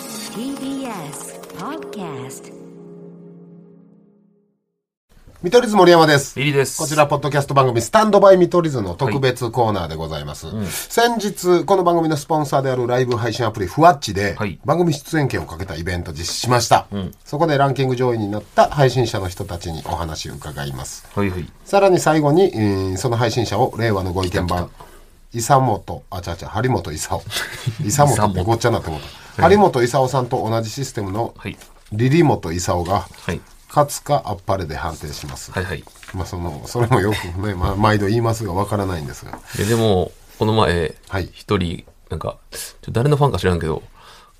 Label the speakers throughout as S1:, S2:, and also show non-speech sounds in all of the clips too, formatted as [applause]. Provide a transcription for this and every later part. S1: TBS Podcast
S2: 見取り図森山です。
S3: リリです
S2: こちら、ポッドキャスト番組、スタンドバイ見取り図の特別コーナーでございます。先日、この番組のスポンサーであるライブ配信アプリ、ふわっちで
S3: はい、
S2: 番組出演権をかけたイベント実施しました。そこでランキング上位になった配信者の人たちにお話を伺います。
S3: はいはい。
S2: さらに最後に、えーその配信者を令和のご意見番、伊佐本、あ、ちゃちゃ、張本伊
S3: [laughs]
S2: 佐伊佐本ってごっちゃなって思った。張本伊佐さんと同じシステムの
S3: はい、
S2: リリ本伊佐が、
S3: はい。
S2: 勝つかあっぱれで判定します。
S3: はいはい。
S2: まあその、それもよくね、まあ毎度言いますがわからないんですが。
S3: え、でも、この前、
S2: はい
S3: 一人、なんか、ちょ誰のファンか知らんけど、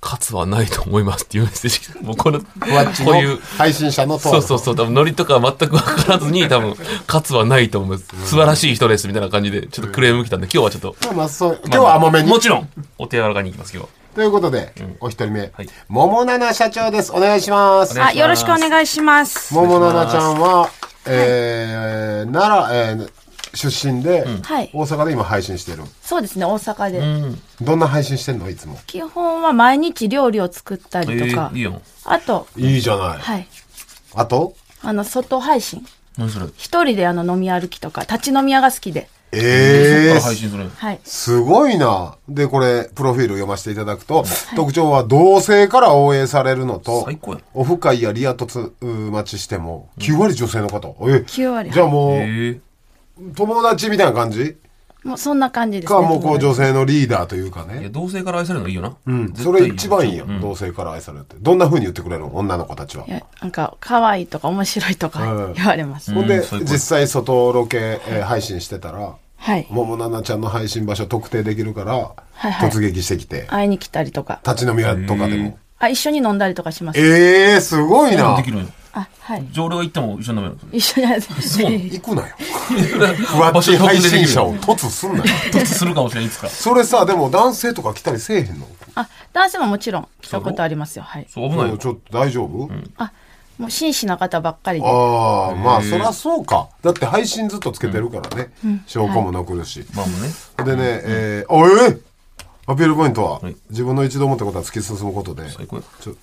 S3: 勝つはないと思いますっていうメッセージ [laughs] 来たもうこの、こう
S2: ふわっちの
S3: いう、
S2: 配信者のと
S3: そうそうそう、多分ノリとか全く分からずに、多分、勝つはないと思います。素晴らしい人です、みたいな感じで、ちょっとクレーム来たんで、今日はちょっと、
S2: まあまあそう、今日は甘めに。
S3: もちろん、お手柔らかにいきます、今日は。
S2: ということで、お一人目、
S3: はい
S2: 桃奈々社長です。お願いします。
S3: 願いします
S4: あ、よろしくお願いします。
S2: 桃奈々ちゃんは、えー、奈良、えー出身で、
S4: はい
S2: 大阪で今配信してる。
S4: そうですね、大阪で。
S2: どんな配信してんのいつも。
S4: 基本は毎日料理を作ったりとか
S3: えー、いいよ。
S4: あと、
S2: いいじゃない。
S4: はい、
S2: あと
S4: あの、外配信。
S3: 何それ
S4: 一人であの飲み歩きとか、立ち飲み屋が好きで。
S2: ええー、
S3: 信する
S4: はい。
S2: すごいな。で、これ、プロフィールを読ませていただくと、特徴は同性から応援されるのと
S3: 最高や、
S2: オフ会やリア突待ちしても、9割女性の方。え
S4: 9割
S2: じゃあもう、
S3: え
S2: 友達みたいな感じ
S4: もうそんな感じですね。
S2: か、もうこう女性のリーダーというか
S3: えいや、
S2: ね。
S3: 同性から愛されるのいいよな。
S2: うん、それ一番いい
S3: よ
S2: よ、同性から愛されるって。どんな風に言ってくれるの女の子たちは。
S4: いやなんか、可愛いとか面白いと
S2: は
S4: か
S2: い
S4: 言われます。
S2: ほんで
S3: そう、いうこと
S2: 実際外ロケ、えー配信してたら、
S4: はい。
S2: 桃奈々ちゃんの配信場所特定できるから、
S4: はいはい
S2: 突撃してきて、
S4: 会いに来たりとか。
S2: 立ち飲み屋とかでも。
S4: あ、一緒に飲んだりとかします。
S2: ええー、すごいな。
S3: るんよ。
S4: あ、はい。
S3: じゃあ俺が行っても一緒に飲める
S4: 一緒に会え
S3: そうなの
S2: 行くなよ。ふわっち配信者を突すんなよ。
S3: 突するかもしれない、いつか。
S2: それさ、でも男性とか来たりせえへんの
S4: [laughs] あ、男性ももちろん来たことありますよ。はい。
S3: そう、危ない
S2: も
S3: よ
S2: う。ちょっと大丈夫、
S4: あ、もう紳士な方ばっかりで。
S2: ああ、まあそらそうか。だって配信ずっとつけてるからね。証拠も残るし。
S3: まあもうね。
S2: でね、えー、あえーアピールポイントは、
S3: はい
S2: 自分の一度思ったことは突き進むことで、
S3: 最高よ。
S2: ちょ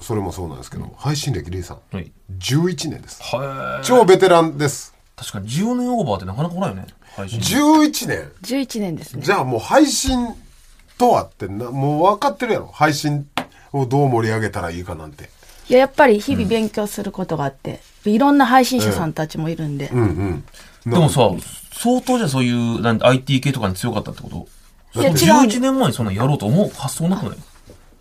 S2: それもそうなんですけど、配信歴リーさん、
S3: はい。
S2: 11年です。
S3: は
S2: 超ベテランです。
S3: い。確かに14年オーバーってなかなか来ないよね。配信。
S2: 11年
S4: 11年ですね。
S2: じゃあもう配信とはってな、もう分かってるやろ。配信をどう盛り上げたらいいかなんて。
S4: いや、やっぱり日々勉強することがあって、いろんな配信者さんたちもいるんで、
S2: うんうん。
S3: でもさ、相当じゃあそういう、なんて IT 系とかに強かったってこと
S4: いや違うん
S3: 11年前にそんなんやろうと思う発想なくない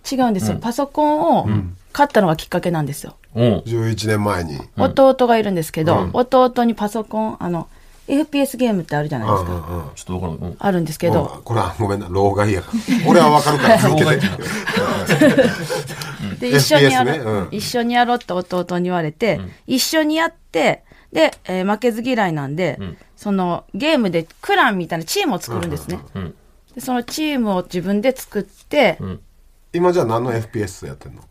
S4: 違うんですよ。パソコンを買ったのがきっかけなんですよ。
S3: うん。
S2: 11年前に。
S4: 弟がいるんですけど、弟にパソコン、あの、FPS ゲームってあるじゃないですか。
S3: ちょっとわからない。うん
S4: あるんですけど、
S2: うんこれはごめんな、老害やから。俺は分かる
S4: [laughs]
S2: から続けて。
S4: で、一緒にやろ
S2: FPS ねうん
S4: う、一緒にやろうって弟に言われて、一緒にやって、で、えー負けず嫌いなんで、その、ゲームでクランみたいなチームを作るんですね。
S3: うん
S4: でそのチームを自分で作って、
S2: 今じゃあ何の FPS やってんの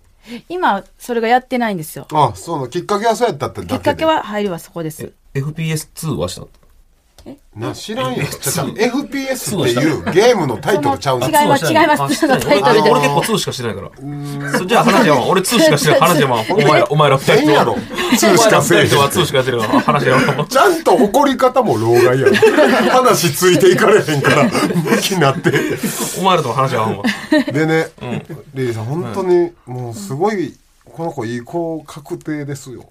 S4: 今、それがやってないんですよ。
S2: あ、そうなの。きっかけはそうやったってだけ
S4: き
S2: で
S4: っかけ。は入りはそこです。
S3: FPS2 はした
S2: な、知らんよ。ちょっと
S3: そう
S2: FPS っていうゲームのタイトルちゃう
S4: そ
S2: ね
S4: の [laughs] 違いは
S3: ツーしてな
S4: 違います
S3: あしてない
S4: タイトル
S3: 俺
S4: で
S3: 俺結構2しかしてないから。そじゃあ話やわ。俺2しか
S4: [laughs]
S3: してない。話やわ。お前ら、お前ら2人と。
S2: 変やろ。通しかせえへん
S3: お前ら二人とは2しかやってるから。話や
S2: [laughs]
S3: わ。
S2: ちゃんと怒り方も老害やろ。話ついていかれへんから、向きになって。
S3: お前らとは話や
S2: [laughs]
S3: わ。ほんま
S2: でね、リリーさん本当にもうすごいこの子いい子確定ですよ、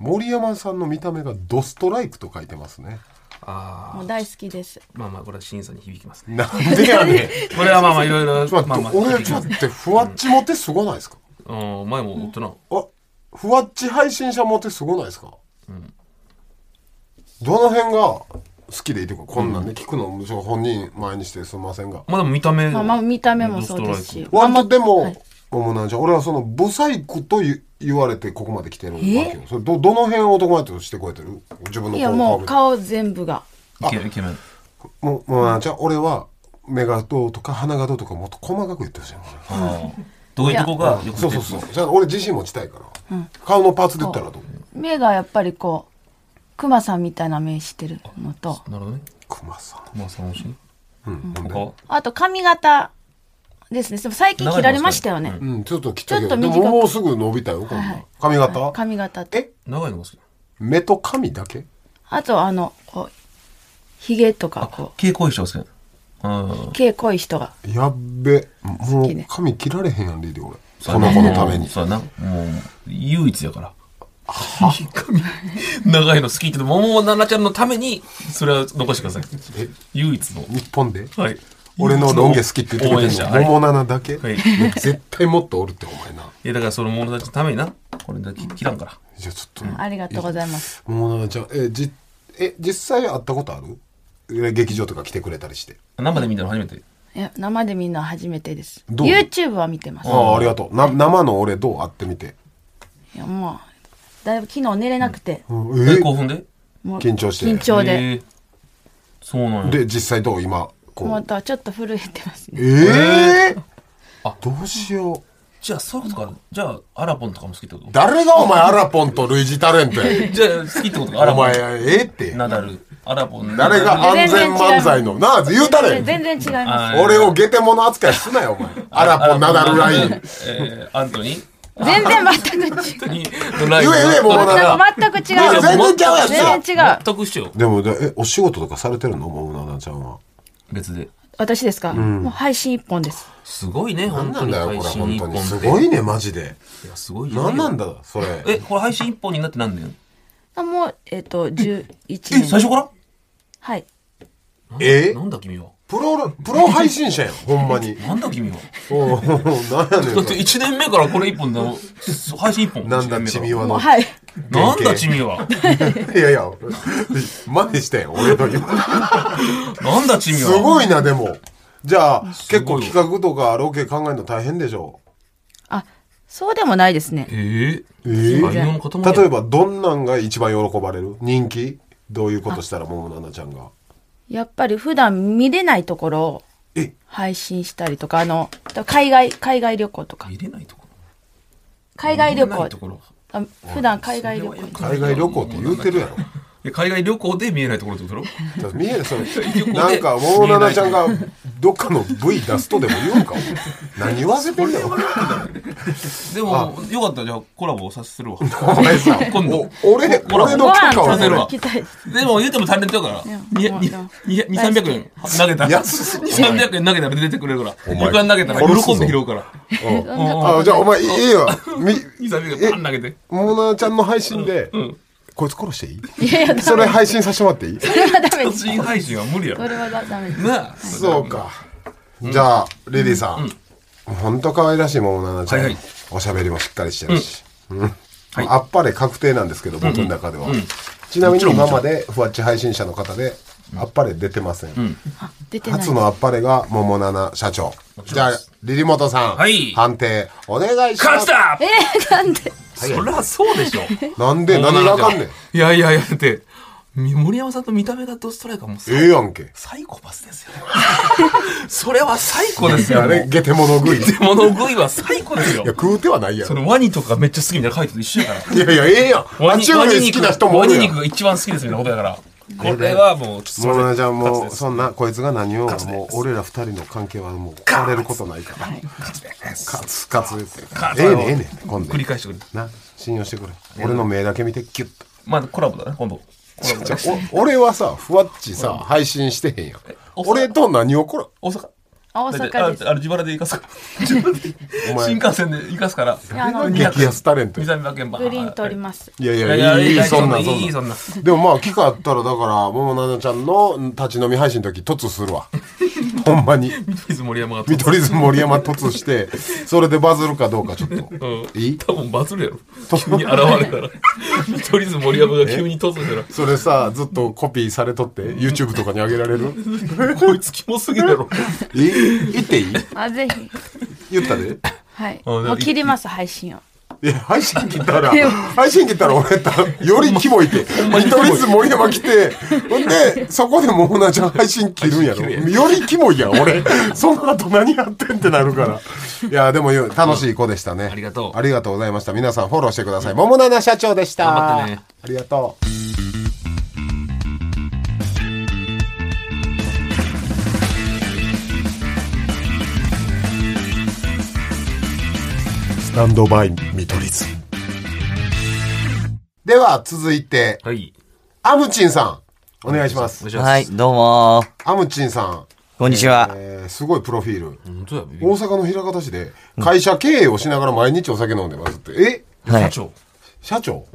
S2: 森山さんの見た目がドストライクと書いてますね
S3: あ
S4: もう大好きです。
S3: ーまあまあ、これは審査に響きますね。
S2: なんでやねん
S3: [laughs] これはまあまあ、いろいろ。
S2: ちょっと
S3: まあ
S2: 待
S3: ま
S2: っ
S3: あ
S2: て俺ちょっと待ってふわっちモテすごないですか
S3: うん、前も言ったな。
S2: あふわっち配信者モテすごないですか、どの辺が好きでいてかこんなんね、聞くのむしろ本人前にしてすみませんが
S3: まあでも見た目。
S4: まあ、まあ見た目もそうですし。
S2: 割とでも、
S4: はい
S2: もうなんじゃん俺はそのブサイクと言言われてここまで来てるわけよそれどどの辺を男前としてこうやってる自分の
S4: い
S2: こ
S4: や、
S2: の
S4: もう
S2: 見て
S4: 顔全部が。
S3: イケメン、イケメン。
S2: もう、もうなちゃん、俺は、目がどうとか鼻がどうとかもっと細かく言ってほしいもんね
S3: どういうとこがよく
S2: そうそうそう。じゃあ俺自身持ちたいから。顔のパーツで言ったらどう
S4: 目がやっぱりこう、クマさんみたいな目してるのと、
S3: なるほどね。
S2: 熊さん。
S3: まあ、楽しい。
S2: うん。
S3: 他は
S4: あと髪型ですね。でも最近切られましたよね。
S2: うん、ちょっと切ったけ
S4: ちょ
S2: ど、
S4: っ
S2: で
S4: と短く
S2: ももうすぐ伸びたよ、こんなん髪型
S4: 髪型って。
S2: え
S3: 長いのが好き。
S2: 目と髪だけ
S4: あと、あの、こう、髭とか、こ
S3: 蛍光衣装好きなの。うん
S4: う、。毛濃い人が。
S2: やっべ。も
S4: き
S2: う
S4: ね
S2: 髪切られへんやん、リリー俺。この子のために。
S3: そうやな。もう、唯一やから。長いの好きって、桃奈々ちゃんのために、それは残してください。
S2: え、
S3: 唯一の。
S2: 日本で
S3: はい。
S2: 俺のロン毛好きって言ってく
S3: 応
S2: れ
S3: 援
S2: てん
S3: 者
S2: の
S3: はい
S2: 桃七だけ、
S3: はい
S2: 絶対もっとおるってお前ない
S3: や、だからその者たちのためにな。これだけ切らんから。
S2: じゃあちょっと
S4: ありがとうございます。
S2: 桃七ちゃんえじえ実際会ったことあるえ劇場とか来てくれたりして
S3: 生で見たの初めて。
S4: いや、生で見るのは初めてです。
S2: どう
S4: YouTube は見てます
S2: あ。あありがとうな生の俺どう会ってみて、
S4: いや、もう、だいぶ昨日寝れなくて、
S2: うんえ
S3: え、興奮で
S4: もう
S2: 緊張して
S4: 緊張で、
S3: へー。そうなんや。
S2: で実際どう今こう
S4: またちょっと震えてますね。
S2: ええ
S3: あ
S2: どうしよう
S3: じゃあ、そういうことか。じゃあ、アラポンとかも好きってこと
S2: 誰がお前アラポンと類似タレントやねん
S3: じゃあ、好きってことか。アラ
S2: お
S3: ポン
S2: 前。ええって
S3: ナダル。アラポン。
S2: 誰が安全漫才のなあ言うたれ
S4: 全然違いま
S3: あ
S2: 俺をゲテモノ扱いすなよお前アラポンナダルライン
S3: えーアントニー
S4: す。全然全く違
S3: [laughs] の
S4: う。
S3: ライン
S2: 言え言えもう
S3: 全く
S4: 全く違う。
S2: 全然ちゃうやつや
S4: 全然違う。
S3: 全く一緒よ
S2: でもでえお仕事とかされてるのもうななちゃんは
S3: 別で
S4: 私ですか、もう配信一本です。
S3: すごいね
S2: 何
S3: 本
S2: な
S3: 当
S2: ん
S3: に
S2: だよこれ
S3: 配信
S2: 本
S3: 一
S2: 当
S3: 本
S2: に
S3: って
S2: すごいねマジで
S3: いやすごいよ
S2: 何なんだそれ
S3: えこれ配信一本になって何年
S4: あもう、えっ、と、11
S3: え
S4: 年。
S3: 最初から
S4: はい。
S2: え
S3: なんだ君は
S2: プロプロ配信者やんほんま
S3: [laughs]
S2: に
S3: なんだ君は
S2: おうなんやねん
S3: だっ
S2: そ
S3: て
S2: れ
S3: 1年目からこれ一本だろ配信一本
S2: なんだちみ
S3: は
S2: わ
S4: もう、
S2: の
S4: はい。
S3: なんだちみはい
S2: やいや真似してん俺だけ
S3: なんだちみ
S2: す
S3: は
S2: ご
S3: い
S2: いなでもじゃあ
S3: ごい
S2: 結構企画とかロケ考えるの大変でしょ
S4: あ、そうでもないですね。
S3: え
S2: え
S3: ー
S2: 例
S3: 才能の塊や
S2: えばどんなんが一番喜ばれる人気どういうことしたらもうななちゃんが
S4: やっぱり普段見れないところを
S2: え
S4: 配信したりとか、あの、海外、海外旅行とか。
S3: 見れないところ
S4: 海外旅
S3: 見れないと
S4: 行。
S3: ころ
S4: あ普段海外旅行に。
S2: 海外旅行って言うてるやろ
S3: え海外旅行で見えないところってこと
S2: だ
S3: だろ
S2: から見えないそのなんか桃奈々ちゃんがどっかの V 出すとでも言うんかお前何言わせてんだよ
S3: でもよかったじゃあコラボさ
S2: [laughs]
S3: せるわ
S2: お前さ
S3: 今度
S2: お俺
S3: ほら
S2: 俺
S4: ご
S2: の許
S4: 飯
S2: 可は
S4: 食
S3: させるわ
S4: べきたいです。
S3: でも言うてもタレントやから、に
S4: もう
S3: に
S4: もう
S3: にに300円投げたら、
S2: 安す
S3: 300円投げたら出てくれるから、
S2: お前
S3: 旅館投げたら
S2: 殺すぞ
S3: 喜んで拾うから、
S2: うん
S4: そんな
S2: あじゃあお前いいよみ
S3: 2、300円パン投げて。
S2: 桃奈々ちゃんの配信で
S3: うん。
S2: こいつ殺していい
S4: いやいや、
S2: それ配信させてもらっていい
S4: それはダメです。
S3: 新配信は無理や
S4: そ
S3: ろ。
S4: れはダメです。
S3: なあ。
S2: そう。かじゃあリリーさん本当可愛らしい桃奈々
S3: は
S2: ちゃん
S3: いはい
S2: おしゃべりもしっかりしてるしうん
S3: い
S2: あっぱれ確定なんですけど僕の中ではちなみに今までふわっち配信者の方であっぱれ出てません
S4: 出てない。
S2: 初のあっぱれが桃奈々社長。じゃあ、リリモトさん、
S3: はい
S2: 判定お願いしま
S3: 勝
S2: す。
S3: つだ
S4: えー、なんで
S3: そりゃそうでしょ。
S2: なんで、何があかんねん。
S3: いやいやいや、だって、み森山さんと見た目がドストライカーもうさ
S2: ええやんけ。
S3: サイコパスですよ。 [laughs] それは最高ですよ。
S2: あ
S3: もう
S2: れ、ゲテモノ食い。いや、
S3: 物食いは最高ですよ。
S2: 食うてはないや
S3: そ
S2: ろ。
S3: のワニとかめっちゃ好きみたいな書いてる一緒やから。
S2: いやいや、ええやん。爬虫類好きな人もお
S3: ワニ
S2: るやん。
S3: 肉
S2: 桃
S3: が一番好きですみたいなことやから。これはもう、ちょっとすいま
S2: 奈
S3: せ
S2: 々ちゃん
S3: 勝つ
S2: も、
S3: です
S2: そんな、こいつが何を、
S3: つです
S2: もう、俺ら二人の関係はもう、変われることないから。カツカツですよ
S3: カ。ツ
S2: ええねんええねん今度
S3: 繰。り返してくれる。
S2: な、信用してくれ。俺の目だけ見て、キュッと。
S3: まあコラボだね、今度。コラボ
S2: じゃあお俺はさ、ふわっちさ、配信してへんやん。俺と何をこら、
S3: 大阪。
S4: あ大阪です
S3: あ。あれ自腹で行かすから。自腹で
S2: [laughs] お前
S3: 新幹線で行かすから。
S4: やあの
S2: 激安タレントや
S3: 三百円バー
S4: グリーン取ります。
S2: いやい
S3: いやい
S2: や、
S3: や
S2: いい、
S3: いや
S2: そんなん、
S3: いい
S2: そん
S3: いい
S2: な
S3: そ
S2: ん
S3: んな。
S2: でもまあ、機会あったら、だから、ももななちゃんの立ち飲み配信の時、突する
S3: [laughs]
S2: わ。ほんまに。
S3: 見取り図森山が。
S2: 見取り図森山突して、それでバズるかどうか、ちょっと。いい
S3: 多分バズるやろ。急に現
S2: [laughs]
S3: れたら。見取り図森山が急に突然
S2: それさ、ずっとコピーされとって、YouTube とかに上げられる
S3: たら。こいつキモすぎるやろ。
S2: いい言っていい
S4: あ、ぜひ。
S2: 言ったで。
S4: は
S3: あ
S4: い。
S3: でも
S4: もう切ります、配信を。
S2: いや、配信切ったら
S4: でも、
S2: 配信切ったら俺た、よりキモいって。見取り図森山来て、ほんで、そこでももなちゃん配信切るんやろ。
S3: 配信
S2: よりキモいやん、俺。その後何やってんってなるから。いや、でもよ楽しい子でしたね。
S3: ありがとう
S2: ありがとうございました。皆さんフォローしてください。ももなな社長でした。
S3: 頑張ってね
S2: ありがとう。ランドバイ見取り図。では、続いて、
S3: はい。
S2: アムチンさん、お願いします。
S3: お願いします
S5: はい、。どうもー
S2: アムチンさ
S5: こんにち
S2: ん、
S5: は。
S2: えーすごいプロフィール。
S3: 本当だびっく
S2: 大阪の枚方市で、会社経営をしながら毎日お酒飲んでますって。え
S3: り
S5: はい
S3: 社長。
S2: 社長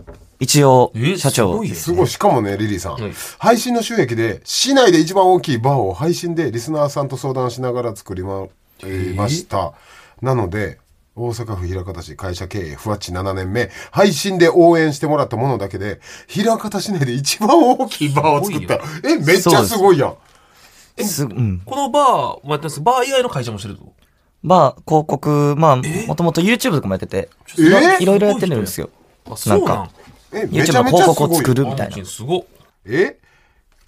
S5: 一応
S3: え、
S5: 社
S3: す
S5: 長
S3: ごい。ね
S2: すごい、しかもね、リリーさん、
S3: はい
S2: 配信の収益で、市内で一番大きいバーを配信でリスナーさんと相談しながら作りま,、えーました。なので、大阪府枚方市会社経営ふわっち7年目、配信で応援してもらったものだけで、枚方市内で一番大きいバーを作った。え、めっちゃすごいやん。
S5: すうん。
S3: このバーもやってます。バー以外の会社もしてると。
S5: まあ、広告、まあ、もともと YouTube とかもやってて、
S2: え
S5: いろ
S2: ー
S5: いろいろやってるんですよ。
S3: あ、そうな
S5: なんん。
S2: え、め
S5: YouTube
S2: ちゃ
S5: の
S2: めちゃ
S5: 広
S2: すごい
S5: 告を作る
S3: ア
S5: みた
S3: ム
S5: いな
S3: チ。ンすごっ。
S2: え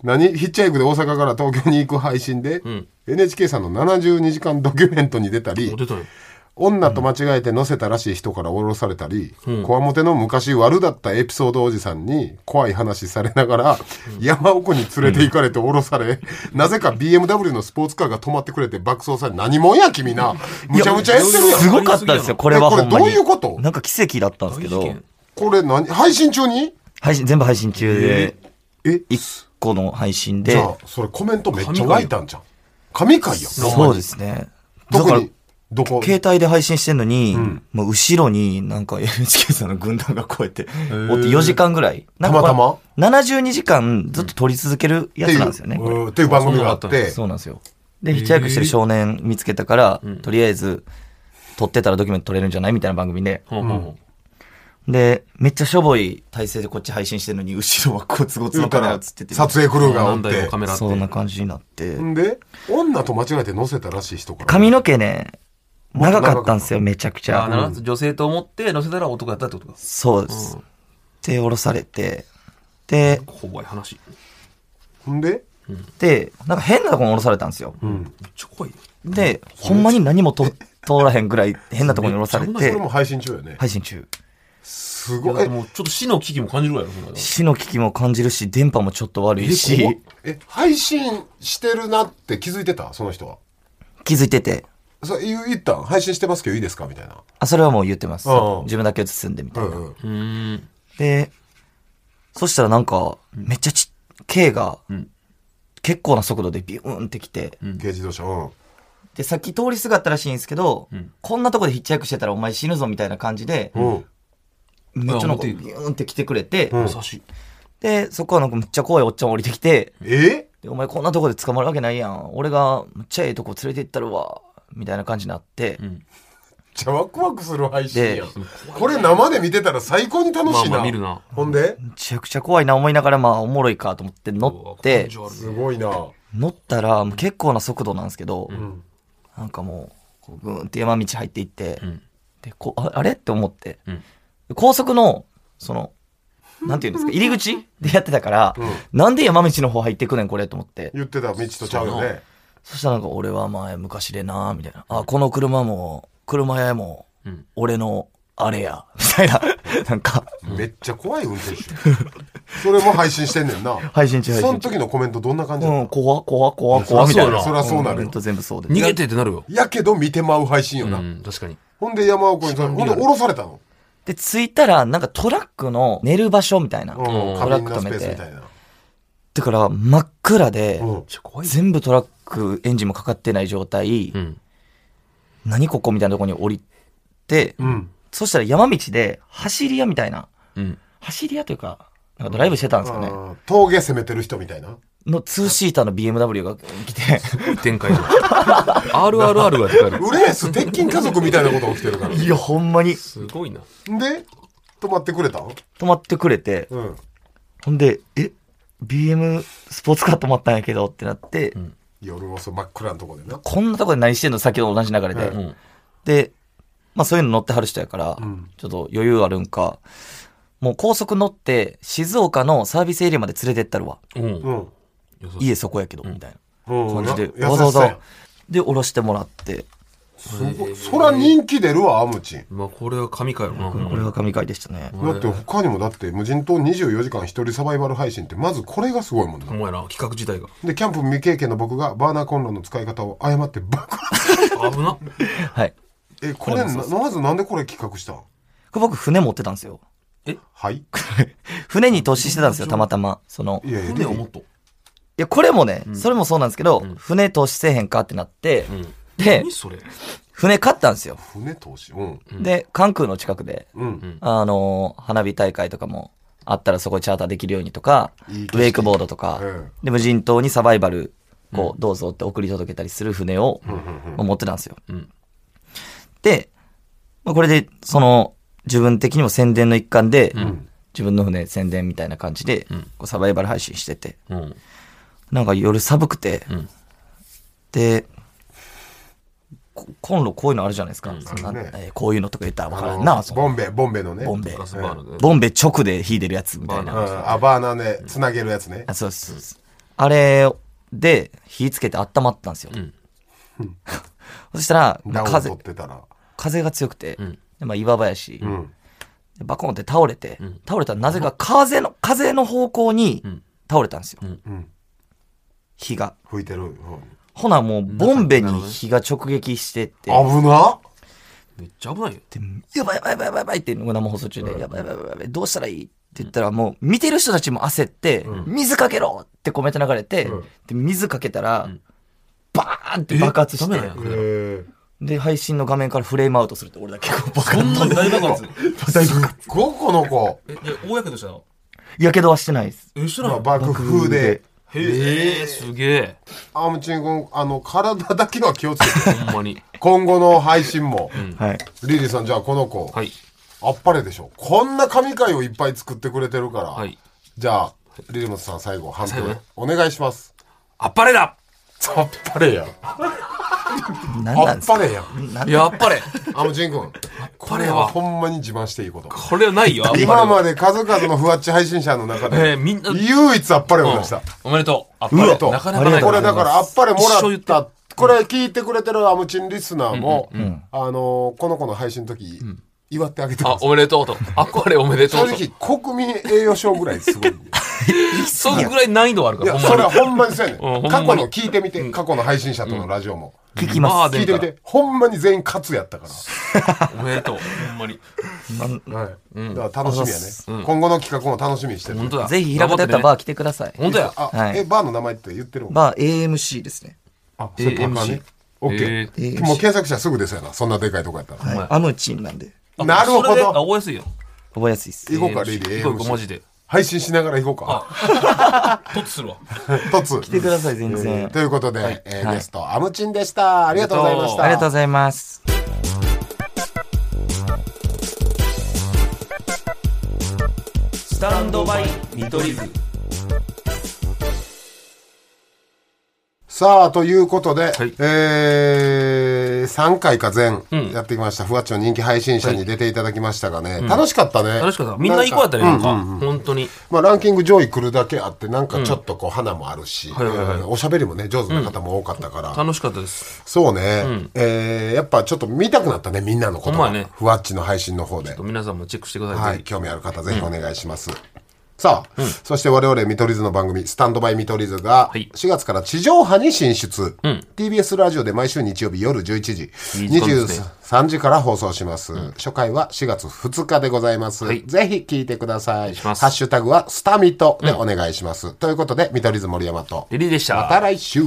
S2: 何ヒッチハイクで大阪から東京に行く配信で、NHK さんの72時間ドキュメントに出たり、
S3: お出たよ。
S2: 女と間違えて乗せたらしい人から降ろされたり、こわもての昔悪だったエピソードおじさんに怖い話されながら、山奥に連れて行かれて降ろされ、なぜか BMW のスポーツカーが止まってくれて爆走され、何もんや君な。むちゃむちゃやってるやん。
S5: すごかったんですよ、これは
S2: えこれ
S5: ほんまに。
S2: どういうこと
S5: なんか奇跡だったんですけ
S3: 大事
S5: ど
S3: 件、
S2: これ何配信中に
S5: 配信、全部配信中で、
S2: え
S5: 一個の配信
S2: じ
S5: で
S2: ゃ、あ、それコメントめっちゃ湧いたんじゃん。神回やん。
S5: そうですね。だ
S2: 特
S5: から、
S2: に、どこ
S5: 携帯で配信してんのに、もう後ろになんか [laughs] NHK さんの軍団がこうやって、おって4時間ぐらい。なんか
S2: たま
S5: この72時間ずっと撮り続けるやつなんですよね。これ
S2: うんっていう番組があっ
S3: そうなん
S2: て、
S5: そうなんですよ。で、ヒッチハイクしてる少年見つけたから、とりあえず、撮ってたらドキュメント撮れるんじゃないみたいな番組で。
S3: ほうほうほう
S5: で、めっちゃしょぼい体勢でこっち配信してるのに、後ろはこつごつ
S2: 言
S5: の
S2: うた
S5: カメラ映
S2: ら
S5: ってて。
S2: 撮影クルーが
S3: な
S2: お
S3: ん
S2: っ
S3: だよ、カ
S2: て。
S3: メラって。
S5: そんな感じになって。
S2: んで、女と間違えて乗せたらしい人から。
S5: 髪の毛ね、長かったんですよ、めちゃくち
S3: あーなる
S5: ゃ。
S3: ほど女性と思って乗せたら男やったってことか。
S5: そうです。で、降ろされて、で、
S3: 怖い話。
S2: んで、
S5: で、なんか変なとこに降ろされたんですよ。
S3: めっちゃ怖いよ。
S5: で、ほんまに何もと通らへんぐらい変なとこに降ろされ
S2: それ
S5: て、
S2: も配信中やね。
S5: 配信中。
S2: す
S3: いや
S2: ご
S3: だっ
S2: い
S3: て。もうちょっと死の危機も感じるわよ、そんなの
S5: 死の危機も感じるし、電波もちょっと悪い
S2: え
S5: し、
S2: え、配信してるなって気づいてたその人は。
S5: 気づいてて。
S2: そう言う言ったん配信してますけどいいですかみたいな。
S5: あ、それはもう言ってます
S2: うんうん。
S5: 自分だけ映すんで、みた
S2: う
S5: いな。
S2: んうん。
S3: うーん。
S5: で、そしたらなんか、めっちゃち、K が、結構な速度でビューンってきて、
S2: 軽自動車。うん。
S5: で、さっき通りすがったらしいんですけど、こんなとこでヒッチハイクしてたらお前死ぬぞみたいな感じで、
S2: うん。
S5: めっちゃな
S3: あ
S5: んか
S3: 持
S5: ビ
S3: って
S5: ューンって来てくれて、
S3: 優しい。
S5: で、そこはなんかめっちゃ怖いおっちゃん降りてきて、
S2: え
S5: でお前こんなとこで捕まるわけないやん。俺がむっちゃええとこ連れて行ったるわ。みたいな感じになって、
S2: じゃあワクワクする配信
S5: で
S2: やん。これ生で見てたら最高に楽しいな。
S3: まあまあ見るな
S2: ほんで
S5: めちゃくちゃ怖いな思いながらまあおもろいかと思って乗っ
S3: うわ
S5: て
S3: 感、情ある
S2: すごいな。
S5: 乗ったらもう結構な速度なんですけど、なんかもう、こうぐーんって山道入っていって、でこうああれって思って、
S3: ん
S5: 高速の、その、なんていうんですか、入り口でやってたから、なんで山道の方入ってくねんこれと思って、
S2: 言ってた道とちゃうよね。
S5: そしたらなんか俺は前昔でなみたいな。あ、この車も、車屋も、俺のあれや、みたいな。 [laughs] なんか、
S2: めっちゃ怖い運転手。それも配信してんねんな。
S5: 配信中配
S2: その
S5: 信中。
S2: 時のコメントどんな感じだった
S5: うん、怖怖怖怖
S3: いや
S5: みたいな。
S2: そりゃそうなる
S5: んコメント全部そうで。
S3: 逃げてってなるよ。
S2: やけど見てまう配信よな。
S3: うん、確かに。
S2: ほんで山奥に、ほんで降ろされたの。
S5: で、着いたら、なんかトラックの寝る場所みたいな。
S2: うん。
S5: ト
S2: 仮
S5: ラッ
S2: 眠
S5: ク
S2: の
S5: 止
S2: スペ
S5: め
S2: ースみ
S5: て
S2: た。いな。
S5: だから、真っ暗で、
S2: うん。
S3: めっちゃ怖いよ。
S5: 全部トラック、エンジンもかかってない状態、
S3: ん
S5: 何ここみたいなとこに降りて、
S2: うん。
S5: そしたら山道で、走り屋みたいな。
S3: うん。
S5: 走り屋というか、なんかドライブしてたんですかね。
S2: あー峠攻めてる人みたいな。
S5: の2シーターの BMW が来て、
S3: 展開が。RRR が使える。
S2: ウレース、鉄筋家族みたいなこと起きてる
S5: [laughs]
S2: から。
S5: いや、ほんまに
S3: すごいな。
S2: で、止まってくれたん
S5: 止まってくれて、
S2: うん。
S5: ほんで、え、BM スポーツカー止まったんやけどってなって、
S2: 夜遅真っ暗なとこでな。
S5: こんなとこで何してんの先ほど同じ流れで。
S2: うん
S5: で、まあそういうの乗ってはる人やから、ちょっと余裕あるんか、もう高速乗って静岡のサービスエリアまで連れてったるわ。
S3: うん
S2: う。ん。
S5: 家そこやけど、みたいな
S2: うん
S5: 感じで、
S2: な
S5: わざわ
S2: 優しさや
S5: ざ、で、降ろしてもらって、
S2: すごい。そら人気出るわ、アムチン。
S3: まあ、これは神かよな。
S5: これは神回でしたね。
S2: だって他にもだって無人島24時間一人サバイバル配信ってまずこれがすごいもんな
S3: お。前ら、企画自体が。
S2: で、キャンプ未経験の僕がバーナーコンロの使い方を誤って爆発。
S3: 危な。
S5: はい。
S2: え、これ、
S5: これもそう
S2: な
S5: そ
S2: まずなんでこれ企画したん
S5: これ僕船持ってたんですよ。
S2: はい
S5: 船に投資してたんですよ、たまたま。その、
S2: いやいや、
S3: 船をもっと。
S5: いや、これもね、それもそうなんですけど、船投資せえへんかってなって、で
S3: 何、それ
S5: 船買ったんですよ。
S2: 船投資。うん。
S5: で、関空の近くで、
S2: うん。
S5: あのー花火大会とかもあったらそこチャーターできるようにとか、
S2: いい景色
S5: ウェイクボードとか、
S2: え
S5: で、無人島にサバイバル、こう、どうぞって送り届けたりする船を、
S2: ん
S5: まあ持ってたんですよ。
S3: うん
S5: で、まあこれで、その、自分的にも宣伝の一環で、
S3: ん
S5: 自分の船宣伝みたいな感じで、
S3: うん
S5: こうサバイバル配信してて、
S3: うん。
S5: なんか夜寒くて、
S3: うん
S5: で、こコンロこういうのあるじゃないですか。そんな
S2: あるね
S5: えーこういうのとか言ったらわからん
S2: あ
S5: な、
S2: の
S5: そんな
S2: ボンベ、ボンベのね。
S5: ボンベ。
S3: ガスバーナーで。
S5: ボンベ直で火出るやつみたい
S2: うん。
S5: な。
S2: あ、バーナーね、つなげるやつね
S5: あ。そうですそうです。あれで火つけて温まったんですよ。
S3: ん
S5: [laughs] そしたら、まあ
S2: ダウン取
S5: 風
S2: っ、てたら。
S5: 風が強くて、
S3: ん
S5: でまあ、岩林、
S2: うん。
S5: でバコンって倒れて、倒れたらなぜか風の、風の方向に
S3: ん
S5: 倒れたんですよ。
S2: うん。
S5: 火が。
S2: 吹いてる。うん
S5: ほなもう、ボンベに火が直撃してって、
S2: 危な
S3: めっちゃ危ないよ。
S5: でやばいやばいやばいやばいやばいって生放送中で、やばいやばいやばいやばい、どうしたらいいって言ったら、もう見てる人たちも焦って、水かけろってコメント流れて、で水かけたら、バーンって爆発し
S3: えダ
S5: て
S3: メなんや、
S2: ええ。
S5: で、配信の画面からフレームアウトするって俺だけこうバカ
S3: そんな大爆 [laughs] 発。
S2: ここの子。
S3: え、いや、大やけどしたの
S5: [laughs] やけどはしてないです。
S3: え、した
S2: まあ
S3: の
S2: 爆風で。
S3: へえ、すげえ。
S2: アームチン君、あの、体だけは気をつ
S3: [laughs]
S2: けて。
S3: ほんまに。
S2: 今後の配信も。
S5: はい。
S2: リリーさん、じゃあこの子。
S3: はい。
S2: あっぱれでしょ。こんな神回をいっぱい作ってくれてるから。
S3: はい
S2: じゃあ、リリモトさん最後、判定
S3: 最後ね
S2: お願いします。
S3: あっぱれだ
S2: あっぱれや。
S5: 何
S2: あ
S5: な
S2: っ
S5: んです
S2: ぱ
S5: か
S2: れや。
S3: いやあっぱれ
S2: あムジン君。こ
S3: ぱ
S2: れ
S3: れ
S2: は
S3: は
S2: ほんまに自慢していいこと。
S3: これはないよ、あっぱれは。
S2: 今まで数々のふわっち配信者の中
S3: え
S2: で
S3: ー、、みんな、
S2: 唯一あっぱれを出した。
S3: おめでとう。あっ
S2: う
S3: ぱ
S2: わ
S3: れと。なかなかない
S2: これだ
S3: ら。
S2: からあっぱれも
S3: 一緒
S2: ら
S3: 言
S2: っ
S3: って
S2: た。これ聞いてくれてるアムチンリスナーも、あのーこの子の配信の時、祝ってあげてく
S3: あ
S2: だ、さい。
S3: おめでとうと。あっぱれおめでとうと。
S2: 正直、国民栄誉賞ぐらいす
S3: [laughs]
S2: ごい。
S3: そのぐらい難易度あるか
S2: い
S3: ら、
S2: や、
S3: ほ
S2: そ
S3: ん
S2: れ
S3: ま
S2: は
S3: に。
S2: ほんまにそうやね
S3: うんほん
S2: ん。
S3: ま
S2: 過
S3: に
S2: 去の聞いてみて、過去の配信者とのラジオも。
S5: 聞きま
S3: あー
S5: す。
S3: で
S2: 聞いてみて、ほんまに全員勝つやったか
S3: おめでとう。ほんまに。
S5: なん
S2: ら。はい。だから楽しみやね。今後の企画も楽しみにしてる。
S3: 本当だ。
S5: ぜひ、平方やったらバー来てください。
S3: 本当や。
S2: あ
S5: は、い
S2: え、バーの名前って言ってる
S5: バー AMC ですね。
S2: あ、それパーカーね。オッケ
S5: え
S2: ー。
S5: ー
S2: もう検索者すぐですよな。そんなでかいとこやったら。
S5: はい。アムチンなんで。
S3: あ
S2: なるほど
S3: それであ覚えやすいよ。
S5: 覚えやすいです。
S2: 行こうか、リリー。
S3: 行こう行こう、マジ
S2: AMC
S3: で。
S2: 配信しながら行こ
S3: トッツするわ。
S2: うか。突。
S5: 来てください、全然。
S2: ということで、えー
S5: はい
S2: ゲスト、アムチンでした。ありがとうございました。
S5: ありがとうございます。
S3: スタンドバイ、見取り図。
S2: さあ、ということで、
S3: はい
S2: えー、3回か前
S3: うん
S2: やってきました、ふわっちの人気配信者に出ていただきましたがね、楽しかったね。
S3: 楽しかった。みんな行こうやったね、なんか。本当に。
S2: まあ、ランキング上位来るだけあって、なんかちょっとこう、花もあるし、
S3: はいはいはい
S2: うんおしゃべりもね、上手な方も多かったから、
S3: 楽しかったです。
S2: そうね、えー、やっぱちょっと見たくなったね、みんなのこと
S3: ほん
S2: が、
S3: まね
S2: ふわっちの配信の方で。
S3: 皆さんもチェックしてください。
S2: はい、興味ある方ぜひお願いします。さあ、そして我々見取り図の番組、スタンドバイ見取り図が、
S3: はい
S2: 4月から地上波に進出。TBS ラジオで毎週日曜日夜11時、
S3: いい時間ですね
S2: 23時から放送します。初回は4月2日でございます。
S3: はい
S2: ぜひ聞いてください。
S3: します
S2: ハッシュタグはスタミトでお願いします。ということで、見取り図森山と、
S3: リリーでした。
S2: また来週。